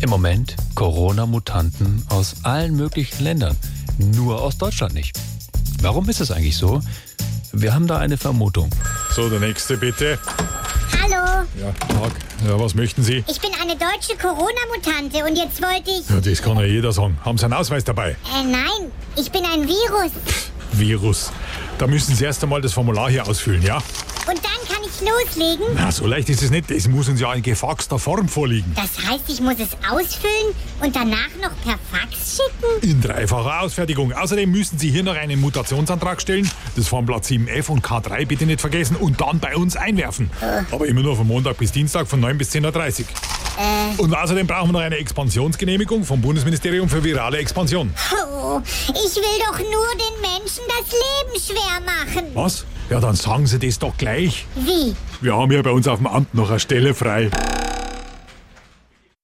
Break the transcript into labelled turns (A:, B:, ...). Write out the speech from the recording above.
A: Im Moment Corona-Mutanten aus allen möglichen Ländern, nur aus Deutschland nicht. Warum ist es eigentlich so? Wir haben da eine Vermutung.
B: So, der nächste bitte.
C: Hallo,
B: Ja, Tag. Ja, was möchten Sie?
C: ich bin eine deutsche Corona-Mutante und jetzt wollte ich.
B: Ja, das kann ja jeder sagen. Haben Sie einen Ausweis dabei?
C: Äh, nein, ich bin ein Virus.
B: Virus. Da müssen Sie erst einmal das Formular hier ausfüllen, ja?
C: Und dann kann ich loslegen.
B: Na, so leicht ist es nicht. Es muss uns ja in gefaxter Form vorliegen.
C: Das heißt, ich muss es ausfüllen und danach noch per Fax schicken?
B: In dreifacher Ausfertigung. Außerdem müssen Sie hier noch einen Mutationsantrag stellen. Das Formblatt 7f und K3 bitte nicht vergessen und dann bei uns einwerfen. Aber immer nur von Montag bis Dienstag von 9 bis 10.30 Uhr. Und außerdem brauchen wir noch eine Expansionsgenehmigung vom Bundesministerium für virale Expansion.
C: Oh, ich will doch nur den Menschen das Leben schwer machen.
B: Was? Ja, dann sagen Sie das doch gleich.
C: Wie?
B: Wir haben ja bei uns auf dem Amt noch eine Stelle frei.